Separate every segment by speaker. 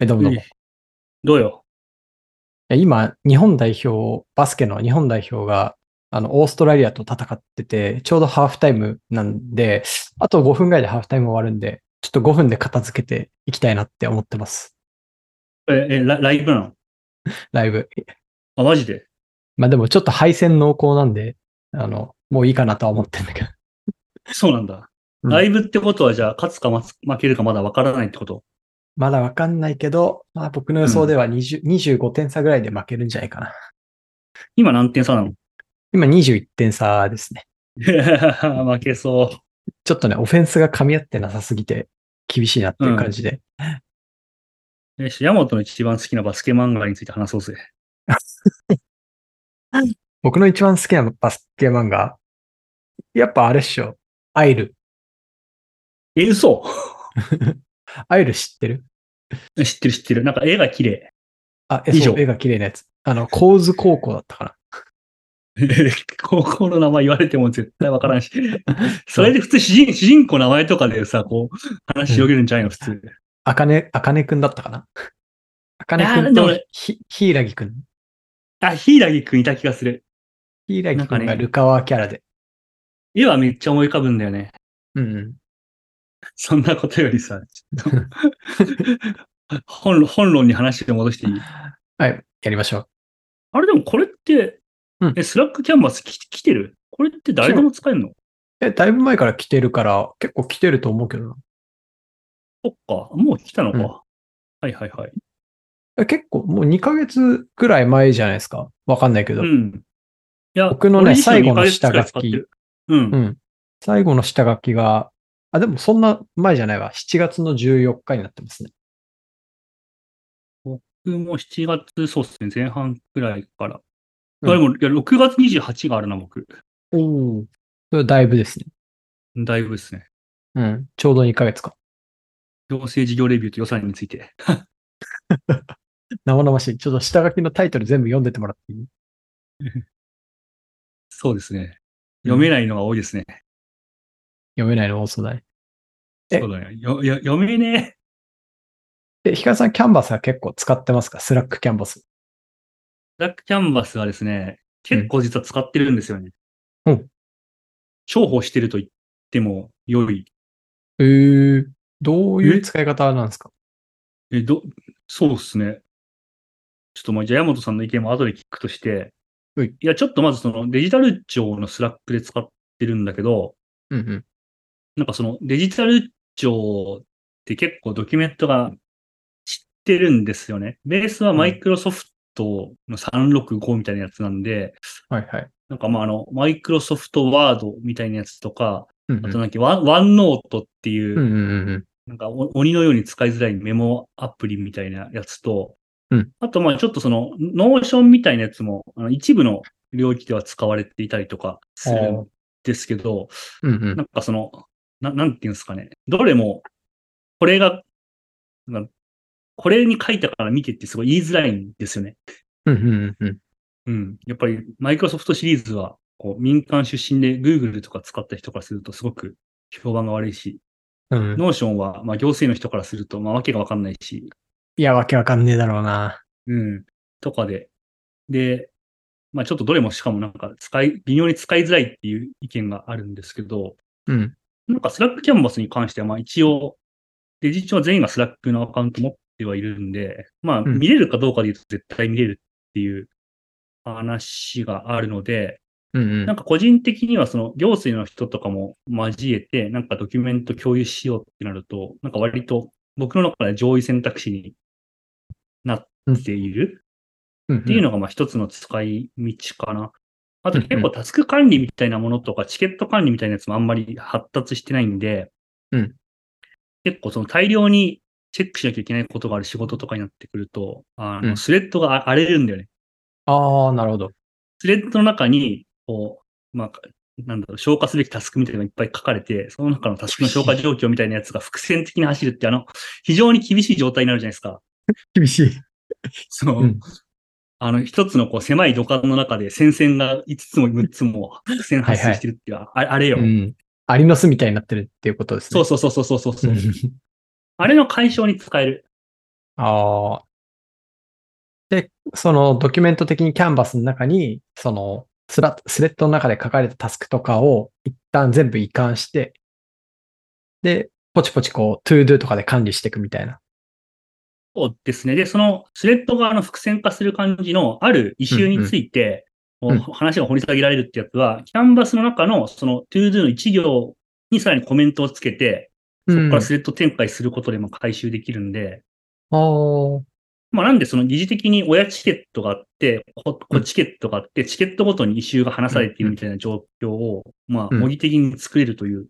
Speaker 1: え、どうもどうも。い
Speaker 2: どうよ。
Speaker 1: や今、日本代表、バスケの日本代表が、あの、オーストラリアと戦ってて、ちょうどハーフタイムなんで、あと5分ぐらいでハーフタイム終わるんで、ちょっと5分で片付けていきたいなって思ってます。
Speaker 2: え、え、ラライブなの
Speaker 1: ライブ。
Speaker 2: あ、マジで
Speaker 1: まあでもちょっと敗戦濃厚なんで、あの、もういいかなとは思ってんだけど。
Speaker 2: そうなんだ。
Speaker 1: うん
Speaker 2: ライブってことは、じゃあ、勝つかまつ負けるかまだわからないってこと
Speaker 1: まだわかんないけど、まあ僕の予想では20 25点差ぐらいで負けるんじゃないかな。
Speaker 2: 今何点差なの
Speaker 1: 今21点差ですね。
Speaker 2: 負けそう。
Speaker 1: ちょっとね、オフェンスが噛み合ってなさすぎて、厳しいなっていう感じで。
Speaker 2: よし、ヤマトの一番好きなバスケ漫画について話そうぜ。
Speaker 1: 僕の一番好きなバスケ漫画、やっぱあれっしょ。アイル。
Speaker 2: え、嘘
Speaker 1: アイル知ってる
Speaker 2: 知ってる知ってる。なんか絵が綺麗。
Speaker 1: あ、えそう
Speaker 2: 以上
Speaker 1: 絵が綺麗なやつ。あの、高津高校だったか
Speaker 2: 高校の名前言われても絶対わから んし。それで普通主人、主人公の名前とかでさ、こう、話広げるんじゃないの、普通。
Speaker 1: な。あかね、あかねくんだったかな。あかねくん
Speaker 2: あーで
Speaker 1: と
Speaker 2: も
Speaker 1: ひ、ひいらぎくん。
Speaker 2: あ、ヒイラギくんいた気がする。
Speaker 1: ひいらぎく
Speaker 2: なん
Speaker 1: ん
Speaker 2: か
Speaker 1: が
Speaker 2: ね
Speaker 1: ルカワキャラで。
Speaker 2: 絵はめっちゃ思い浮かぶんだよね。
Speaker 1: うんうん。
Speaker 2: そんなことよりさ、ちょっと 本論本論に話を戻していい
Speaker 1: はい、やりましょう。
Speaker 2: あれでもこれって、
Speaker 1: うん
Speaker 2: えスラックキャンバスき来てるこれって誰でも使えるの
Speaker 1: え、だいぶ前から来てるから、結構来てると思うけどな
Speaker 2: そっか、もう来たのか。
Speaker 1: うん
Speaker 2: はいはいはい。
Speaker 1: え。結構、もう2ヶ月ぐらい前じゃないですか。わかんないけど。
Speaker 2: う
Speaker 1: うん。
Speaker 2: ん。いや
Speaker 1: 僕のね
Speaker 2: 俺自身
Speaker 1: 最後の
Speaker 2: 二ヶ月
Speaker 1: 下書き
Speaker 2: くらい使ってるうん。
Speaker 1: 最後の下書きが、あ、でもそんな前じゃないわ。7月の14日になってますね。
Speaker 2: 僕も7月、そうですね、前半くらいから。
Speaker 1: うん
Speaker 2: あでも、いや、6月28があるな、僕。
Speaker 1: おお。それだいぶですね。
Speaker 2: だいぶですね。
Speaker 1: うん。ちょうど2ヶ月か。
Speaker 2: 行政事業レビューと予算について。
Speaker 1: 生々しい。ちょっと下書きのタイトル全部読んでてもらっていい
Speaker 2: そうですね。読めないのが多いですね。
Speaker 1: 読めないの多そうだね。え
Speaker 2: そうだね。よよ読めねえ。
Speaker 1: で、ヒカルさん、キャンバスは結構使ってますかスラックキャンバス。
Speaker 2: ブラックキャンバスはですね、結構実は使ってるんですよね。
Speaker 1: うん。
Speaker 2: 重宝してると言っても良い。
Speaker 1: えー、どういう
Speaker 2: え
Speaker 1: 使い方なんですか
Speaker 2: え、ど、そうですね。ちょっとまあ、じゃあ、山本さんの意見も後で聞くとして、
Speaker 1: はい
Speaker 2: や、ちょっとまずそのデジタル庁のスラックで使ってるんだけど、
Speaker 1: うんうん。
Speaker 2: なんかそのデジタル庁って結構ドキュメントが知ってるんですよね。ベースはマイクロソフトの365みたいなやつなんで、
Speaker 1: はいはい。
Speaker 2: なんかまああの、マイクロソフトワードみたいなやつとか、
Speaker 1: うんう
Speaker 2: あ
Speaker 1: ん
Speaker 2: と。なんかワン、ワンノートってい
Speaker 1: う
Speaker 2: う、
Speaker 1: んうんうん
Speaker 2: なんかお鬼のように使いづらいメモアプリみたいなやつと、
Speaker 1: うん
Speaker 2: あとまあちょっとその、ノーションみたいなやつも、あの一部の領域では使われていたりとかするんですけど、
Speaker 1: うん。うんうん
Speaker 2: なんかその、ななんていうんですかね、どれも、これが、なんかこれに書いたから見てってすごい言いづらいんですよね。
Speaker 1: うんうんうんうん。
Speaker 2: うん。やっぱり、マイクロソフトシリーズは、こう、民間出身で Google とか使った人からするとすごく評判が悪いし、
Speaker 1: うん
Speaker 2: ノーションは、まあ、行政の人からすると、まあ、わけがわかんないし、
Speaker 1: いや、わけわかんねえだろうな。
Speaker 2: うん。とかで。で、まあ、ちょっとどれもしかもなんか、使い、微妙に使いづらいっていう意見があるんですけど、
Speaker 1: うん。
Speaker 2: なんか、スラックキャンバスに関しては、まあ、一応、デジ庁全員がスラックのアカウント持ってはいるんで、まあ、
Speaker 1: ん
Speaker 2: 見れるかどうかで言うと絶対見れるっていう話があるので、
Speaker 1: うんう
Speaker 2: な
Speaker 1: ん。
Speaker 2: んか個人的にはその行政の人とかも交えて、なんかドキュメント共有しようってなると、なんか割と僕の中で上位選択肢になっている
Speaker 1: っ
Speaker 2: っていう
Speaker 1: の
Speaker 2: のがまあ一つの使い道かな。あ
Speaker 1: う
Speaker 2: と
Speaker 1: んうん
Speaker 2: 結構タスク管理みたいなものとかチケット管理みたいなやつもあんまり発達してないんで
Speaker 1: うん、
Speaker 2: 結構その大量にチェックしなきゃいけないことがある仕事とかになってくると、あ
Speaker 1: うん
Speaker 2: のスレッドが荒れるんだよね。
Speaker 1: ああ、なるほど。
Speaker 2: スレッドの中に、こう、まあ、なんだろう、消化すべきタスクみたいなのがいっぱい書かれて、その中のタスクの消化状況みたいなやつが伏線的に走るって、あの、非常に厳しい状態になるじゃないですか。
Speaker 1: 厳しい。
Speaker 2: その、
Speaker 1: うん
Speaker 2: あの、一つのこう狭い土管の中で戦線が5つも6つも伏線発生してるっていう、ああれよ。
Speaker 1: うん。アリの巣みたいになってるっていうことです
Speaker 2: そ
Speaker 1: ね。
Speaker 2: うそうそうそうそうそう。
Speaker 1: ん
Speaker 2: あれの解消に使える。
Speaker 1: ああ。で、そのドキュメント的にキャンバスの中に、そのスラスレッドの中で書かれたタスクとかを一旦全部移管して、で、ポチポチこう、to do とかで管理していくみたいな。
Speaker 2: そうですね。で、そのスレッドがあの伏線化する感じのある異臭について、
Speaker 1: んうん
Speaker 2: こう話が掘り下げられるってやつは、キャンバスの中のその to do の一行にさらにコメントをつけて、そこからスレッド展開することでも回収できるんで、
Speaker 1: うんああ。
Speaker 2: まあなんでその疑似的に親チケットがあって、ここチケットがあって、チケットごとに異臭が話されているみたいな状況を、まあ
Speaker 1: うん
Speaker 2: 模擬的に作れるという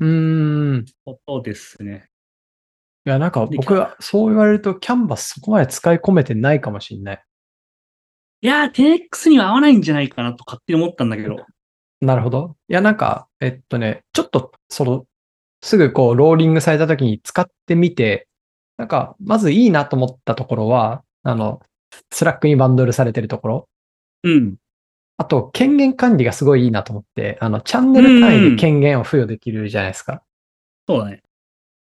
Speaker 1: うーん。い
Speaker 2: ことですね。
Speaker 1: や、なんか
Speaker 2: で
Speaker 1: 僕は、そう言われると、キャンバスそこまで使い込めてないかもしんない。
Speaker 2: いやー、10X には合わないんじゃないかなと勝手に思ったんだけど。
Speaker 1: なるほど。いや、なんか、えっとね、ちょっと、その、すぐこう、ローリングされた時に使ってみて、なんか、まずいいなと思ったところは、あの、スラックにバンドルされてるところ。
Speaker 2: うん。
Speaker 1: あと、権限管理がすごいいいなと思って、あの、チャンネル単位で権限を付与できるじゃないですか。
Speaker 2: そうだね。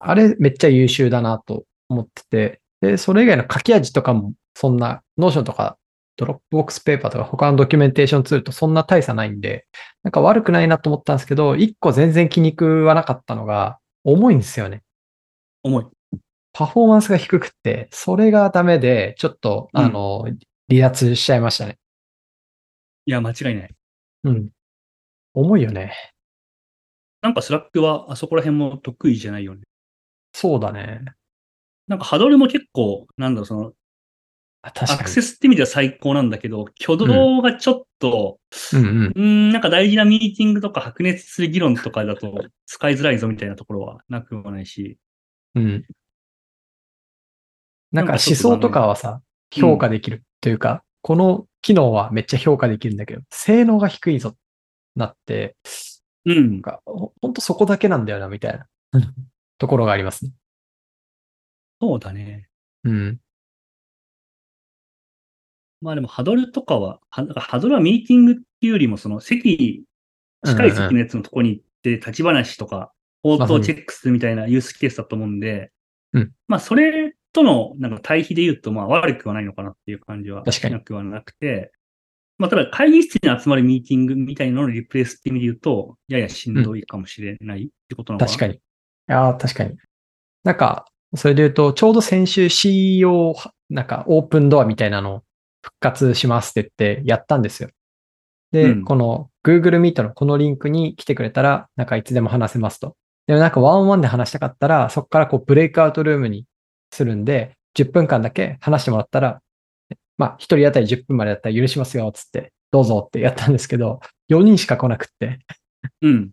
Speaker 1: あれめっちゃ優秀だなと思ってて、で、それ以外の書き味とかも、そんな、ノーションとか、ドロップボックスペーパーとか他のドキュメンテーションツールとそんな大差ないんで、なんか悪くないなと思ったんですけど、一個全然気に食わなかったのが、重いんですよね。
Speaker 2: 重い。
Speaker 1: パフォーマンスが低くって、それがダメで、ちょっと、
Speaker 2: うん
Speaker 1: あの、離脱しちゃいましたね。
Speaker 2: いや、間違いない。
Speaker 1: うん。重いよね。
Speaker 2: なんかスラックはあそこら辺も得意じゃないよね。
Speaker 1: そうだね。
Speaker 2: なんかハドルも結構、なんだろう、その、
Speaker 1: あ
Speaker 2: ア
Speaker 1: 確か
Speaker 2: クセスって意味では最高なんだけど、挙動がちょっと、
Speaker 1: に。うんうん。
Speaker 2: うーん、なんか大事なミーティングとか白熱する議論とかだと使いづらいぞみたいなところはなくもないし、
Speaker 1: うん。なんか
Speaker 2: なんか
Speaker 1: 思
Speaker 2: ちょっとだね
Speaker 1: 想とかはさ、評価できるというか、この機能はめっちゃ評価できるんだけど、性能が低いぞなって、
Speaker 2: うん
Speaker 1: なん。かほほんとそこだけなんだよな、みたいなところがありますね。
Speaker 2: そうだね。
Speaker 1: うん。
Speaker 2: まあでもハドルとかは、はなんかハドルはミーティングっていうよりも、その席、近い席のやつのとこに行って、立ち話とか、応答チェックするみたいなユースケースだと思うんで、
Speaker 1: うん
Speaker 2: まあ、それとのなんか対比で言うと、まあ、悪くはないのかなっていう感じは
Speaker 1: 確かに
Speaker 2: なくはなくて、まあ、ただ会議室に集まるミーティングみたいなののリプレイスって意味で言うと、ややしんどいかもしれないってことなのかな。
Speaker 1: 確かに。いやー確かに。なんか、それで言うと、ちょうど先週 CEO、なんかオープンドアみたいなのを復活しますって言ってやったんですよ。で、
Speaker 2: うん
Speaker 1: この Google Meet のこのリンクに来てくれたら、なんかいつでも話せますと。でもなんかワンオンワンで話したかったら、そこからこうブレイクアウトルームにするんで、10分間だけ話してもらったら、まあ1人当たり10分までだったら許しますよ、つって、どうぞってやったんですけど、4人しか来なくって。
Speaker 2: うん。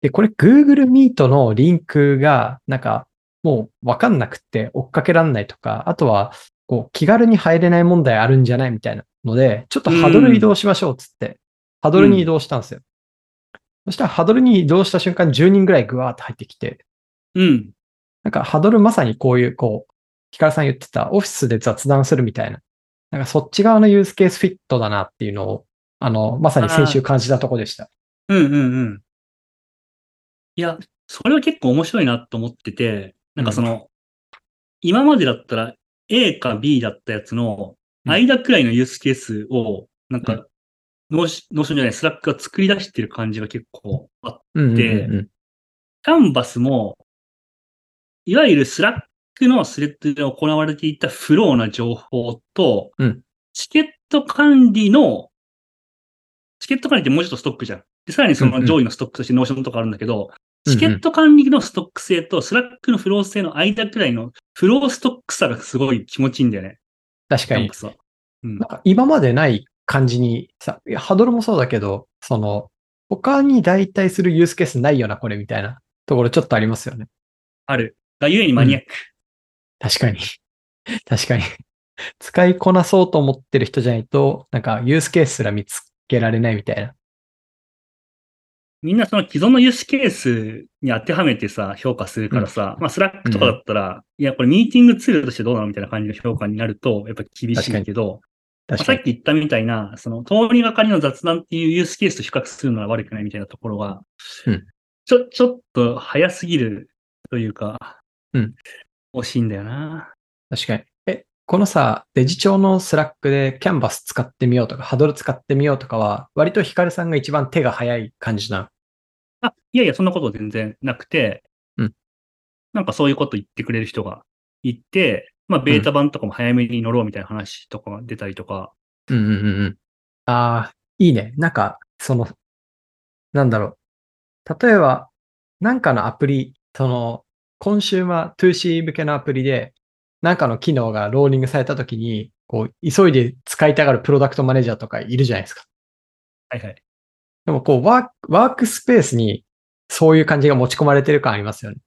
Speaker 1: で、これ Google Meet のリンクが、なんか、もうわかんなくって追っかけらんないとか、あとは、こう、気軽に入れない問題あるんじゃないみたいなので、ちょっとハドル移動しましょうっつって、ハドルに移動したんですよ。そしたらハドルに移動した瞬間10人ぐらいぐわーって入ってきて、
Speaker 2: うん。
Speaker 1: なんかハドルまさにこういう、こう、ヒカルさん言ってたオフィスで雑談するみたいな、なんかそっち側のユースケースフィットだなっていうのを、あの、まさに先週感じたとこでした。
Speaker 2: うんうんうん。いや、それは結構面白いなと思ってて、なんかその、今までだったら A か B だったやつ
Speaker 1: うん
Speaker 2: の間くらいのユースケースを、なん
Speaker 1: う
Speaker 2: か、ノーシノーションじゃない、スラックが作り出してる感じが結構あって、
Speaker 1: うんうんうんうん。
Speaker 2: キャンバスも、いわゆるスラックのスレッドで行われていたフローな情報と、
Speaker 1: うん
Speaker 2: チケット管理の、チケット管理ってもうちょっとストックじゃん。で、さらにそ
Speaker 1: うんう
Speaker 2: の
Speaker 1: ん
Speaker 2: 上位のストックとしてノーションとかあるんだけど、チケ
Speaker 1: うんう
Speaker 2: ッ
Speaker 1: ん
Speaker 2: ト管理のストック性とスラックのフロー性の間くらいのフローストックさがすごい気持ちいいんだよね、
Speaker 1: 確
Speaker 2: キ
Speaker 1: か
Speaker 2: ャン
Speaker 1: に
Speaker 2: バ。スは。うん
Speaker 1: なんか今までない感じにさ、いやハドルもそうだけど、その、他に代替するユースケースないよな、これみたいなところちょっとありますよね。
Speaker 2: ある。がゆえにマニアック。
Speaker 1: 確かに。 確かに。使いこなそうと思ってる人じゃないと、なんかユースケースすら見つけられないみたいな。
Speaker 2: みんなその既存のユースケースに当てはめてさ、評価するからさ、まあ、スラックとかだったら、いや、これミーティングツールとしてどうなのみたいな感じの評価になると、やっぱ厳しいけど、まあ
Speaker 1: 確か
Speaker 2: さっ
Speaker 1: に
Speaker 2: き。言ったみたいな、その通りがかりの雑談っていうユースケースと比較するのは悪くないみたいなところが、
Speaker 1: うん
Speaker 2: ちょ、ちょっと早すぎるというか、
Speaker 1: うん
Speaker 2: 惜しいんだよな。
Speaker 1: 確かに。え、このさ、デジ帳のスラックでキャンバス使ってみようとか、ハドル使ってみようとかは、割とヒカルさんが一番手が早い感じな。
Speaker 2: あ、 いやいや、そんなこと全然なくて、
Speaker 1: うん
Speaker 2: なんかそういうこと言ってくれる人がいて、まあ、ベータ版とかも早めに乗ろうみたいな話とかが出たりとか、
Speaker 1: うんうんうんうん。ああ、いいね。なんか、その、なんだろう。例えば、なんかのアプリ、その、コンシューマー 2C 向けのアプリで、なんかの機能がローリングされたときに、こう、急いで使いたがるプロダクトマネージャーとかいるじゃないですか。
Speaker 2: はいはい。
Speaker 1: でも、こう、ワーク、ワークスペースに、そういう感じが持ち込まれてる感ありますよね。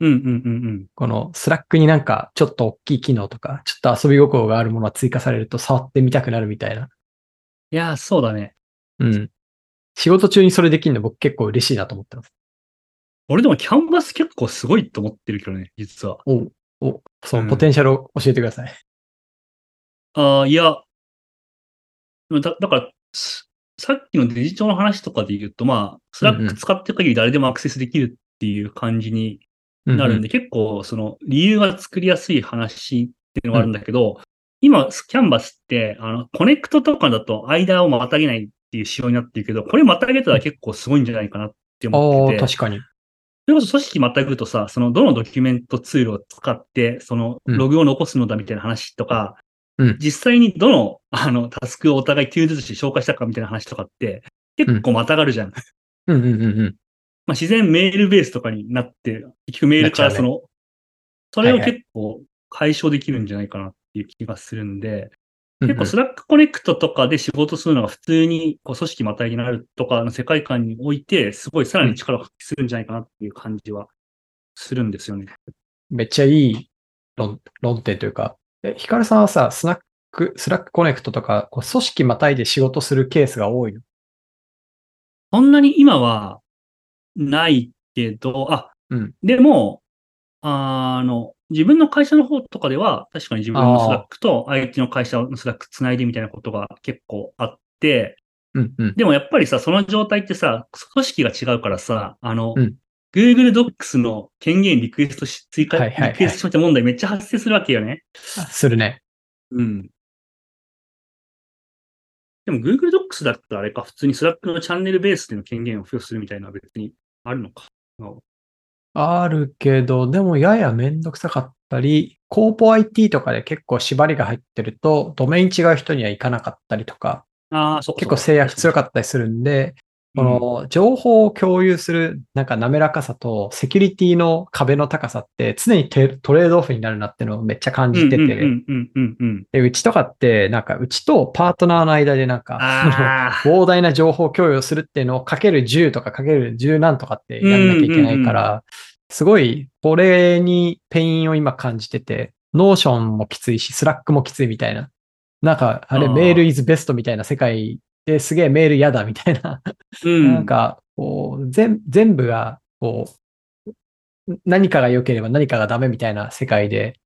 Speaker 2: うんうんうんうん。
Speaker 1: このスラックになんかちょっと大きい機能とか、ちょっと遊び心があるものが追加されると触ってみたくなるみたいな。
Speaker 2: いやー、そうだね。
Speaker 1: うん。仕事中にそれできるの僕結構嬉しいなと思ってます。
Speaker 2: 俺でもキャンバス結構すごいと思ってるけどね、実は。
Speaker 1: おお、そ
Speaker 2: うん
Speaker 1: のポテンシャルを教えてください。
Speaker 2: ああ、いや。だだから、すさっきのデジ帳の話とかで言うと、まあ、スラック使ってる限り誰でもアクセスできるっていう感じになるんで、結構、その、理由が作りやすい話っていうのがあるんだけど、今、キャンバスって、あの、コネクトとかだと間をまたげないっていう仕様になってるけど、これまたげたら結構すごいんじゃないかなって
Speaker 1: うんうん。
Speaker 2: 思っ
Speaker 1: あ
Speaker 2: て
Speaker 1: あ、
Speaker 2: て、
Speaker 1: 確かに。
Speaker 2: それこそ組織またぐとさ、その、どのドキュメントツールを使って、その、
Speaker 1: うん
Speaker 2: ログを残すのだみたいな話とか、
Speaker 1: うん
Speaker 2: 実際にどの、あの、タスクをお互い9ずつして紹介したかみたいな話とかって、結構またがるじゃん。
Speaker 1: うんうんうんうん。
Speaker 2: まあ、自然メールベースとかになって、結局メールからその、それを結構解消できるんじゃないかなっていう気がするんで、結構スラックコネクトとかで仕事するのが普通にこう組織またぎになるとかの世界観において、すごいさらに力を発揮するんじゃないかなっていう感じはするんですよね。
Speaker 1: めっちゃいい論論点というか、えヒカルさんはさ、スナック、スラックコネクトとか、こう組織またいで仕事するケースが多いの。
Speaker 2: そんなに今はないけど、あ、
Speaker 1: うん
Speaker 2: でも、あの、自分の会社の方とかでは、確かに自分のスラックと IT の会社のスラックつないでみたいなことが結構あって、
Speaker 1: うんうん。
Speaker 2: でもやっぱりさ、その状態ってさ、組織が違うからさ、あの、
Speaker 1: うん
Speaker 2: Google Docs の権限リクエストし、追加、
Speaker 1: はいはいはい
Speaker 2: リクエストしまって問題めっちゃ発生するわけよね。
Speaker 1: するね。
Speaker 2: うん。でも Google Docs だったらあれか、普通に Slack のチャンネルベースでの権限を付与するみたいなのは別にあるのか。
Speaker 1: あるけど、でもややめんどくさかったり、コーポ IT とかで結構縛りが入ってると、ドメイン違う人には行かなかったりとか、
Speaker 2: ああ、そっか
Speaker 1: 結構制約強
Speaker 2: か
Speaker 1: かったりするんで、
Speaker 2: う
Speaker 1: こ
Speaker 2: ん
Speaker 1: の情報を共有するなんか滑らかさとセキュリティの壁の高さって常にテトレードオフになるなってのをめっちゃ感じて
Speaker 2: うんう
Speaker 1: て、
Speaker 2: んうんうんうんうん。
Speaker 1: で、うちとかってなんかうちとパートナーの間でなんか、
Speaker 2: ああ。
Speaker 1: 膨大な情報共有をするっていうのをかける10とかかける10なんとかってやんなきゃいけないから、すごいこれにペインを今感じてて、ノーションもきついし、スラックもきついみたいな。なんか、あれ
Speaker 2: あー
Speaker 1: メールイズベストみたいな世界ですげえメール嫌だみたいな。
Speaker 2: うん
Speaker 1: なんか、こう、全全部が、こう、ん何かが良ければ何かがダメみたいな世界で、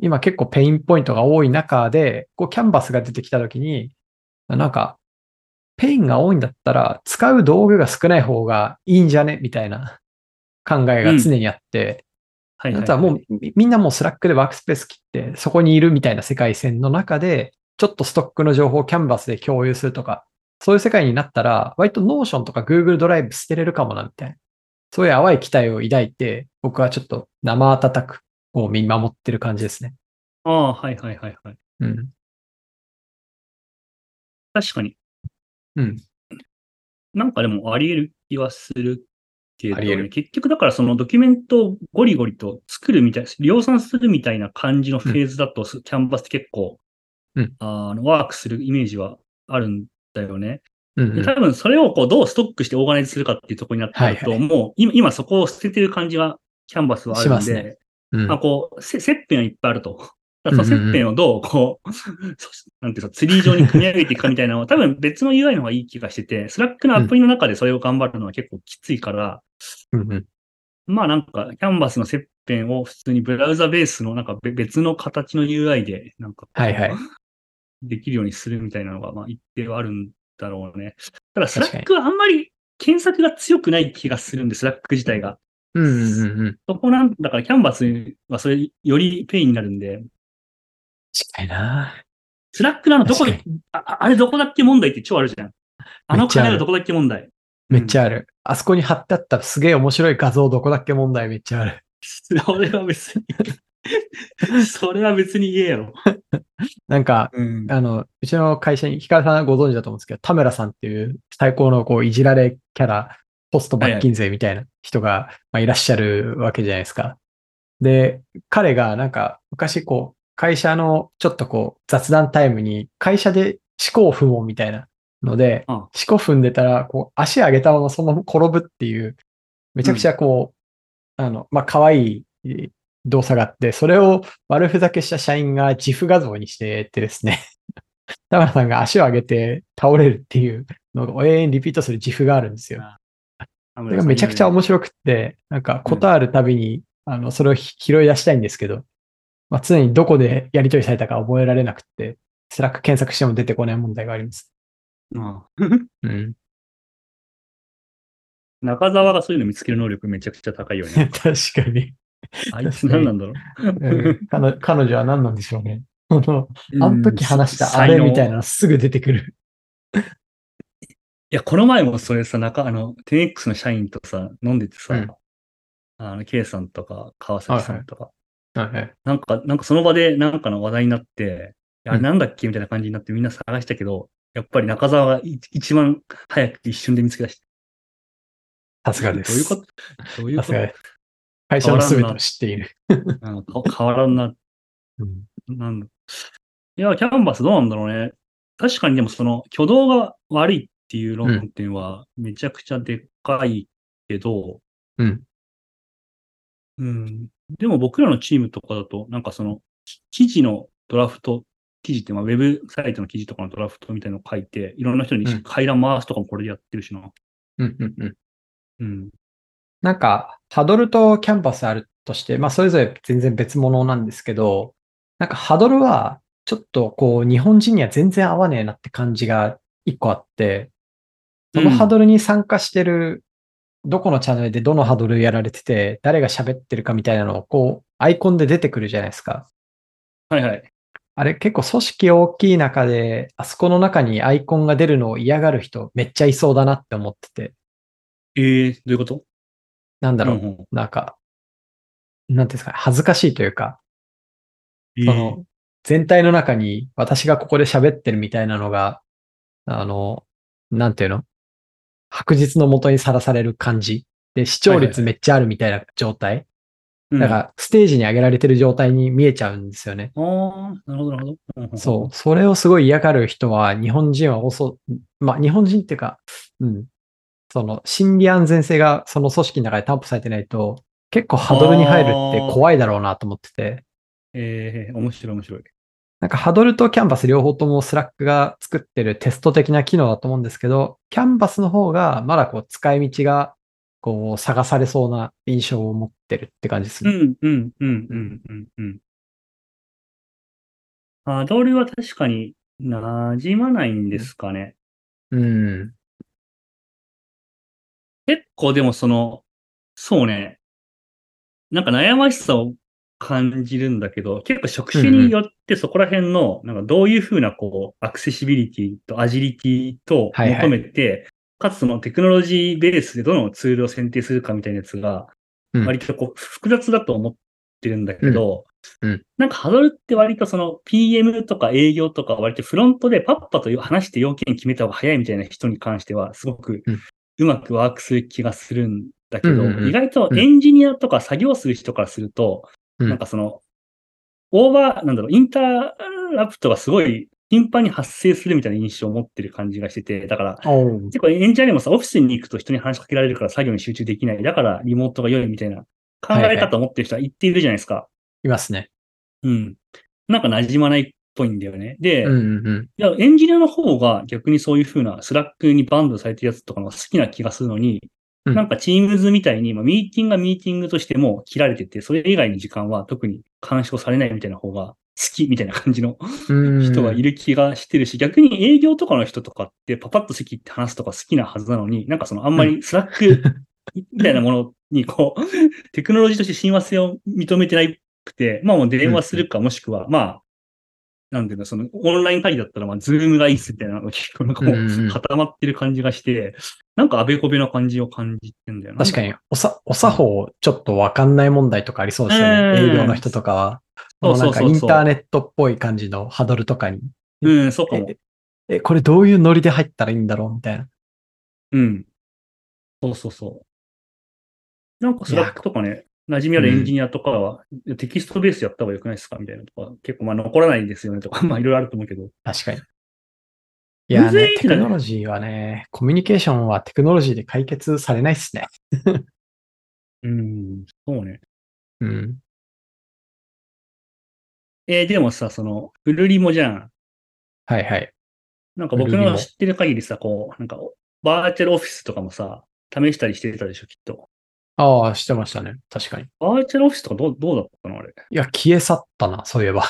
Speaker 1: 今結構ペインポイントが多い中で、こう、キャンバスが出てきたときに、あなんか、ペインが多いんだったら、使う道具が少ない方がいいんじゃねみたいな考えが常にあって、
Speaker 2: はいはい
Speaker 1: あとはもう、みみんなもうスラックでワークスペース切って、そこにいるみたいな世界線の中で、ちょっとストックの情報をキャンバスで共有するとか、そういう世界になったら、割と Notion とか Google ドライブ捨てれるかもな、みたいな。そういう淡い期待を抱いて、僕はちょっと生温く、こう見守ってる感じですね。
Speaker 2: ああ、はいはいはいはい。
Speaker 1: うん。
Speaker 2: 確かに。
Speaker 1: うん。
Speaker 2: なんかでもあり得る気はするけど、
Speaker 1: あり得
Speaker 2: ね、
Speaker 1: る
Speaker 2: 結局だからそのドキュメントをゴリゴリと作るみたい、量産するみたいな感じのフェーズだと、キャンバスって結構、
Speaker 1: うん
Speaker 2: あのワークするイメージはあるんだよね。
Speaker 1: うん、
Speaker 2: で
Speaker 1: うん。
Speaker 2: 多分それをこうどうストックしてオーガナイズするかっていうところになってくると、
Speaker 1: はい
Speaker 2: もう今今そこを捨ててる感じがキャンバスはある
Speaker 1: し
Speaker 2: ん
Speaker 1: ま
Speaker 2: で、
Speaker 1: すねうん
Speaker 2: まあ、こう、せ、切片はいっぱいあると。だからその
Speaker 1: うんうんう
Speaker 2: 切
Speaker 1: ん
Speaker 2: 片をどう、こう、 そなんていうか、ツリー上に組み上げていくかみたいなの は、多分別の UI の方がいい気がしてて、スラックのアプリの中でそれを頑張るのは結構きついから、
Speaker 1: うんうん
Speaker 2: まあなんか、キャンバスの切片を普通にブラウザベースのなんかべ別の形の UI で、なんか、
Speaker 1: はいはい。
Speaker 2: できるようにするみたいなのが、まあ一定はあるんだろうね。ただ、スラ
Speaker 1: 確か
Speaker 2: ッ
Speaker 1: に
Speaker 2: クはあんまり検索が強くない気がするんで、スラック自体が。
Speaker 1: うんうんうんうん。
Speaker 2: そこなんだから、キャンバスはそれよりペインになるんで、
Speaker 1: 近いな
Speaker 2: スラックなのどこで
Speaker 1: 確、
Speaker 2: ああれどこだっけ問題って超あるじゃん。あ
Speaker 1: め
Speaker 2: の金
Speaker 1: っちゃある
Speaker 2: がどこだっけ問題。
Speaker 1: めっち
Speaker 2: ゃ、
Speaker 1: ゃある。あそこに貼ってあったすげえ面白い画像どこだっけ問題めっちゃある。
Speaker 2: それは別に、それは別に言えよ。
Speaker 1: なんか、
Speaker 2: うん。
Speaker 1: あの、うちの会社に、ヒカルさんご存知だと思うんですけど、田村さんっていう最高のこういじられキャラ、ポスト罰金税みたいな人が、まあ、いらっしゃるわけじゃないですか。で、彼がなんか昔こう、会社のちょっとこう雑談タイムに会社で思考を踏もうみたいなので、
Speaker 2: うん
Speaker 1: 思考踏んでたら、こう足上げたままそのまま転ぶっていう、めちゃくちゃこう、あの、まあ、可愛い動作があって、それを悪ふざけした社員が自負画像にしてってですね、 田村さんが足を上げて倒れるっていうのを永遠にリピートする自負があるんですよ。
Speaker 2: 田
Speaker 1: それ
Speaker 2: 村さ
Speaker 1: が
Speaker 2: ん
Speaker 1: めちゃくちゃ面白くって、なんか、ことあるたびに、あの、それをひ拾い出したいんですけど、まあ、常にどこでやり取りされたか覚えられなくって、スラック検索しても出てこない問題があります。
Speaker 2: うん
Speaker 1: うん。
Speaker 2: 中澤がそういうの見つける能力めちゃくちゃ高いよね。
Speaker 1: 確かに、
Speaker 2: あいつ何なんだろ
Speaker 1: うん彼。彼女は何なんでしょうね。この
Speaker 2: う。
Speaker 1: あの時話したあ
Speaker 2: 才
Speaker 1: れ
Speaker 2: 能
Speaker 1: みたいなのすぐ出てくる。
Speaker 2: いや、この前もそれさ、中、あの、10X の社員とさ、飲んでてさ、
Speaker 1: うん
Speaker 2: あの、K さんとか、川崎さんとか、
Speaker 1: はいはい。
Speaker 2: なんか、なんかその場でなんかの話題になって、いや、
Speaker 1: うん
Speaker 2: なんだっけみたいな感じになってみんな探したけど、やっぱり中澤がい一番早く一瞬で見つけ出した。
Speaker 1: さすがです。
Speaker 2: どういうことどうい
Speaker 1: さ
Speaker 2: うこ
Speaker 1: す
Speaker 2: と
Speaker 1: がです。会社の全てを知っている。
Speaker 2: うんか変わらんな、
Speaker 1: うん
Speaker 2: なんだ。いや、キャンバスどうなんだろうね。確かにでもその挙動が悪いっていう論点はめちゃくちゃでかいけど、
Speaker 1: うん。
Speaker 2: うん。でも僕らのチームとかだと、なんかその、き記事のドラフト、記事って、まあ、ウェブサイトの記事とかのドラフトみたいなのを書いて、いろんな人
Speaker 1: うん
Speaker 2: に回覧回すとかもこれでやってるしな。
Speaker 1: うんうんうん。
Speaker 2: うん。
Speaker 1: なんか、ハドルとキャンパスあるとして、まあ、それぞれ全然別物なんですけど、なんかハドルは、ちょっとこう、日本人には全然合わねえなって感じが一個あって、そのハドルに参加してる、どこのチャンネルでどのハドルやられてて、誰が喋ってるかみたいなのを、こう、アイコンで出てくるじゃないですか。
Speaker 2: はいはい。
Speaker 1: あれ結構組織大きい中で、あそこの中にアイコンが出るのを嫌がる人めっちゃいそうだなって思ってて、
Speaker 2: ええー、どういうこと
Speaker 1: なんだろう、
Speaker 2: うんうん
Speaker 1: なんか、なんていうんですかね、恥ずかしいというか、
Speaker 2: えー
Speaker 1: その、全体の中に私がここで喋ってるみたいなのが、あの、なんていうの白日のもとにさらされる感じ。で、視聴率めっちゃあるみたいな状態。
Speaker 2: うん
Speaker 1: だから、ステージに上げられてる状態に見えちゃうんですよね。
Speaker 2: ああ、なるほど、なるほどうんうん。
Speaker 1: そう。それをすごい嫌がる人は、日本人は遅、まあ、日本人っていうか、うん。その、心理安全性がその組織の中で担保されてないと、結構ハドルに入るって怖いだろうなと思ってて。
Speaker 2: ええー、面白い、面白い。
Speaker 1: なんかハドルとキャンバス両方ともスラックが作ってるテスト的な機能だと思うんですけど、キャンバスの方がまだこう使い道がこう探されそうな印象を持ってるって感じです
Speaker 2: う
Speaker 1: る。
Speaker 2: ん、うん、うん、うん、うん、うん。ハードルは確かに馴染まないんですかね。
Speaker 1: うん。
Speaker 2: 結構でもその、そうね、なんか悩ましさを感じるんだけど、結構職種によってそこら辺の、なんかどういうふうなこう、アクセシビリティとアジリティと
Speaker 1: はいはい
Speaker 2: 求めて、かつそのテクノロジーベースでどのツールを選定するかみたいなやつが、
Speaker 1: うん
Speaker 2: 割とこう、複雑だと思ってるんだけど、
Speaker 1: うんうん
Speaker 2: なんかハドルって割とその PM とか営業とか割とフロントでパッパと話して要件決めた方が早いみたいな人に関してはすごく
Speaker 1: うん
Speaker 2: うまくワークする気がするんだけど、
Speaker 1: うんうんうん
Speaker 2: 意外とエンジニアとか作業する人からすると、
Speaker 1: うん
Speaker 2: なんかその、オーバー、なんだろう、インタラプトがすごい頻繁に発生するみたいな印象を持ってる感じがしてて、だから
Speaker 1: おう
Speaker 2: 結構エンジニアにもさ、オフィスに行くと人に話しかけられるから作業に集中できない。だからリモートが良いみたいな考え方を持ってる人は言っているじゃないですか。
Speaker 1: いますね。
Speaker 2: うん。なんか馴染まないっぽいんだよね。で、
Speaker 1: うん
Speaker 2: い
Speaker 1: うんうん。
Speaker 2: や、エンジニアの方が逆にそういう風なスラックにバンドされてるやつとかの方が好きな気がするのに、
Speaker 1: うん
Speaker 2: なんかチームズみたいに、まあ、ミーティングがミーティングとしても切られてて、それ以外の時間は特に干渉されないみたいな方が好きみたいな感じの
Speaker 1: うん
Speaker 2: 人はいる気がしてるし、逆に営業とかの人とかってパパッと席行って話すとか好きなはずなのに、なんかそのあんまりスラックみたいなものにこう、 テクノロジーとして親和性を認めてなくて、まあもう電話するかもしくは、まあ、なんていうの、その、オンライン会議だったら、まあ、ズームがいいっすみたいなのが結構なんかも
Speaker 1: うんうんう
Speaker 2: うん固まってる感じがして、なんかあべこべな感じを感じてんだよな。
Speaker 1: 確かに、おさ、お作法ちょっとわかんない問題とかありそうですよ
Speaker 2: う
Speaker 1: ね。
Speaker 2: ん
Speaker 1: 営業の人とかは。
Speaker 2: そう
Speaker 1: も
Speaker 2: そう
Speaker 1: な
Speaker 2: う
Speaker 1: んか
Speaker 2: そう
Speaker 1: イン
Speaker 2: そう
Speaker 1: ターネットっぽい感じのハードルとかに。
Speaker 2: うん、そうかも
Speaker 1: え。、えこれどういうノリで入ったらいいんだろうみたいな。
Speaker 2: うん。そうそうそう。なんかスラックとかね、馴染みあるエンジニアとかは、テキストベースやった方が良くないですかみたいなとか、結構まあ残らないんですよねとか、 まあいろいろあると思うけど。
Speaker 1: 確かに。いや
Speaker 2: むずい
Speaker 1: ね
Speaker 2: ん、
Speaker 1: テ
Speaker 2: だ
Speaker 1: ク
Speaker 2: よ
Speaker 1: ノロジーはね、コミュニケーションはテクノロジーで解決されないっすね。
Speaker 2: うん、そうね。
Speaker 1: うん。
Speaker 2: えーでもさ、その、フルリモじゃん。
Speaker 1: はいはい。
Speaker 2: なんか僕
Speaker 1: フルリモ
Speaker 2: の知ってる限りさ、こう、なんか、バーチャルオフィスとかもさ、試したりしてたでしょ、きっと。
Speaker 1: ああ、してましたね。確かに。
Speaker 2: バーチャルオフィスとかどうどうだったのあれ。
Speaker 1: いや、消え去ったな、そうい えば。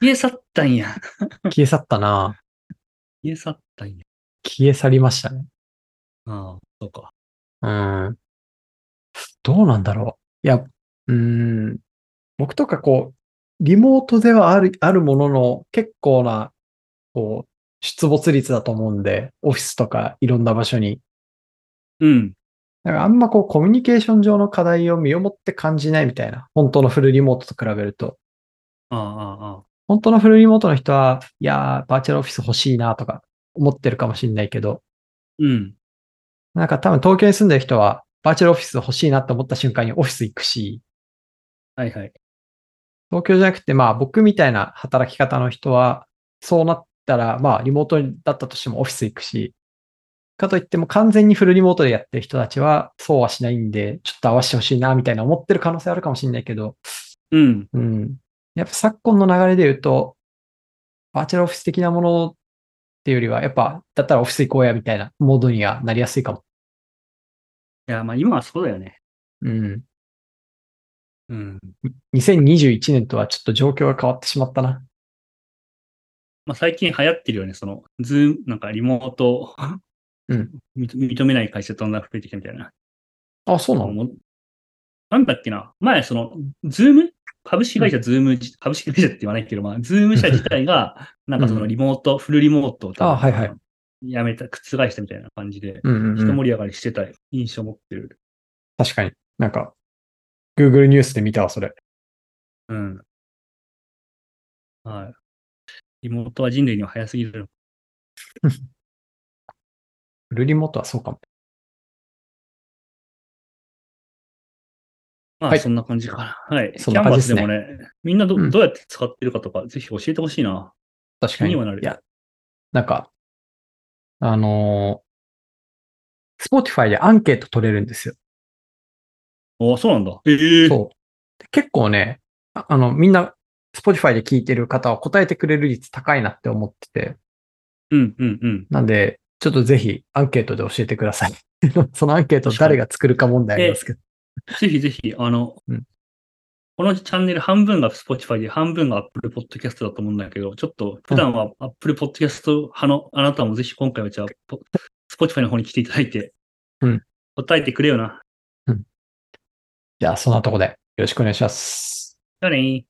Speaker 2: 消え去ったんや。 消
Speaker 1: 消え去ったな。
Speaker 2: え去ったんや。
Speaker 1: 消え去りましたね。
Speaker 2: ああ、そうか。
Speaker 1: うん。どうなんだろう。いや、うん。僕とかこう、リモートではある、あるものの結構な、こう、出没率だと思うんで、オフィスとかいろんな場所に
Speaker 2: うん。
Speaker 1: なんかあんまこうコミュニケーション上の課題を身をもって感じないみたいな。本当のフルリモートと比べると。
Speaker 2: ああ、ああ、ああ。
Speaker 1: 本当のフルリモートの人は、いやー、バーチャルオフィス欲しいなとか思ってるかもしれないけど、
Speaker 2: うん。
Speaker 1: なんか多分東京に住んでる人は、バーチャルオフィス欲しいなって思った瞬間にオフィス行くし、
Speaker 2: はいはい。
Speaker 1: 東京じゃなくてまあ僕みたいな働き方の人は、そうなったらまあリモートだったとしてもオフィス行くし、かといっても完全にフルリモートでやってる人たちはそうはしないんで、ちょっと合わせてほしいなみたいな思ってる可能性あるかもしれないけど、
Speaker 2: うん。
Speaker 1: うん。やっぱ昨今の流れで言うと、バーチャルオフィス的なものっていうよりは、やっぱ、だったらオフィス行こうやみたいなモードにはなりやすいかも。
Speaker 2: いや、まあ今はそうだよね。
Speaker 1: うん。
Speaker 2: うん。
Speaker 1: 2021年とはちょっと状況が変わってしまったな。
Speaker 2: まあ最近流行ってるよね。その、ズーム、なんかリモート、
Speaker 1: うん
Speaker 2: みと認めない会社とんだん増えてきたみたいな。
Speaker 1: あ、そうなの
Speaker 2: もうなんだっけな。前、その、ズーム株式会社ズーム、株式会社って言わないけど、まあ、ズーム社自体 が、なんかそのリモート、フルリモートを多分
Speaker 1: あはいはい
Speaker 2: やめた、覆したみたいな感じで、
Speaker 1: うんうん
Speaker 2: 一
Speaker 1: うん、
Speaker 2: 盛り上がりしてた印象持ってる。
Speaker 1: 確かに。なんか、Google ニュースで見たわ、それ。
Speaker 2: うん。はい。リモートは人類には早すぎる。
Speaker 1: フルリモートはそうかも。
Speaker 2: ま
Speaker 1: は
Speaker 2: あ、
Speaker 1: い
Speaker 2: そんな感じかな。はい。
Speaker 1: そんな感じですね
Speaker 2: キャンバスでもね、みんなど,、
Speaker 1: うん
Speaker 2: どうやって使ってるかとか、ぜひ教えてほしいな。
Speaker 1: 確かに。
Speaker 2: 気にはなる
Speaker 1: いや、なんか、あのー、Spotify でアンケート取れるんですよ。
Speaker 2: おそうなんだ。ええ
Speaker 1: そう。で結構ね、ああの、みんな、Spotify で聞いてる方は答えてくれる率高いなって思ってて、
Speaker 2: うん、うん、うん。
Speaker 1: なんで、ちょっとぜひアンケートで教えてください。 そのアンケート誰が作るか問題ありますけど。
Speaker 2: ぜひぜひ、あの、
Speaker 1: うん
Speaker 2: このチャンネル半分が Spotify で半分が Apple Podcast だと思うんだけど、ちょっと普段は Apple Podcast 派のあなたもぜひ今回はじゃあ、ポ Spotify の方に来ていただいて、
Speaker 1: うん
Speaker 2: 答えてくれよな。
Speaker 1: じゃあ、そんなとこでよろしくお願いします。
Speaker 2: じゃあねー。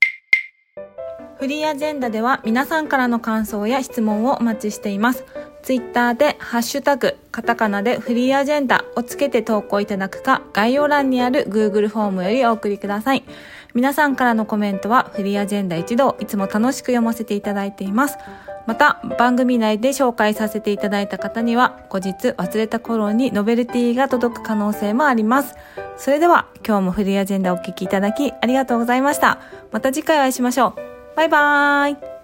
Speaker 3: フリーアジェンダでは皆さんからの感想や質問をお待ちしています。ツイッターでハッシュタグ、カタカナでフリーアジェンダをつけて投稿いただくか、概要欄にある Google フォームよりお送りください。皆さんからのコメントはフリーアジェンダ一同、いつも楽しく読ませていただいています。また、番組内で紹介させていただいた方には、後日忘れた頃にノベルティが届く可能性もあります。それでは、今日もフリーアジェンダをお聞きいただき、ありがとうございました。また次回お会いしましょう。バイバーイ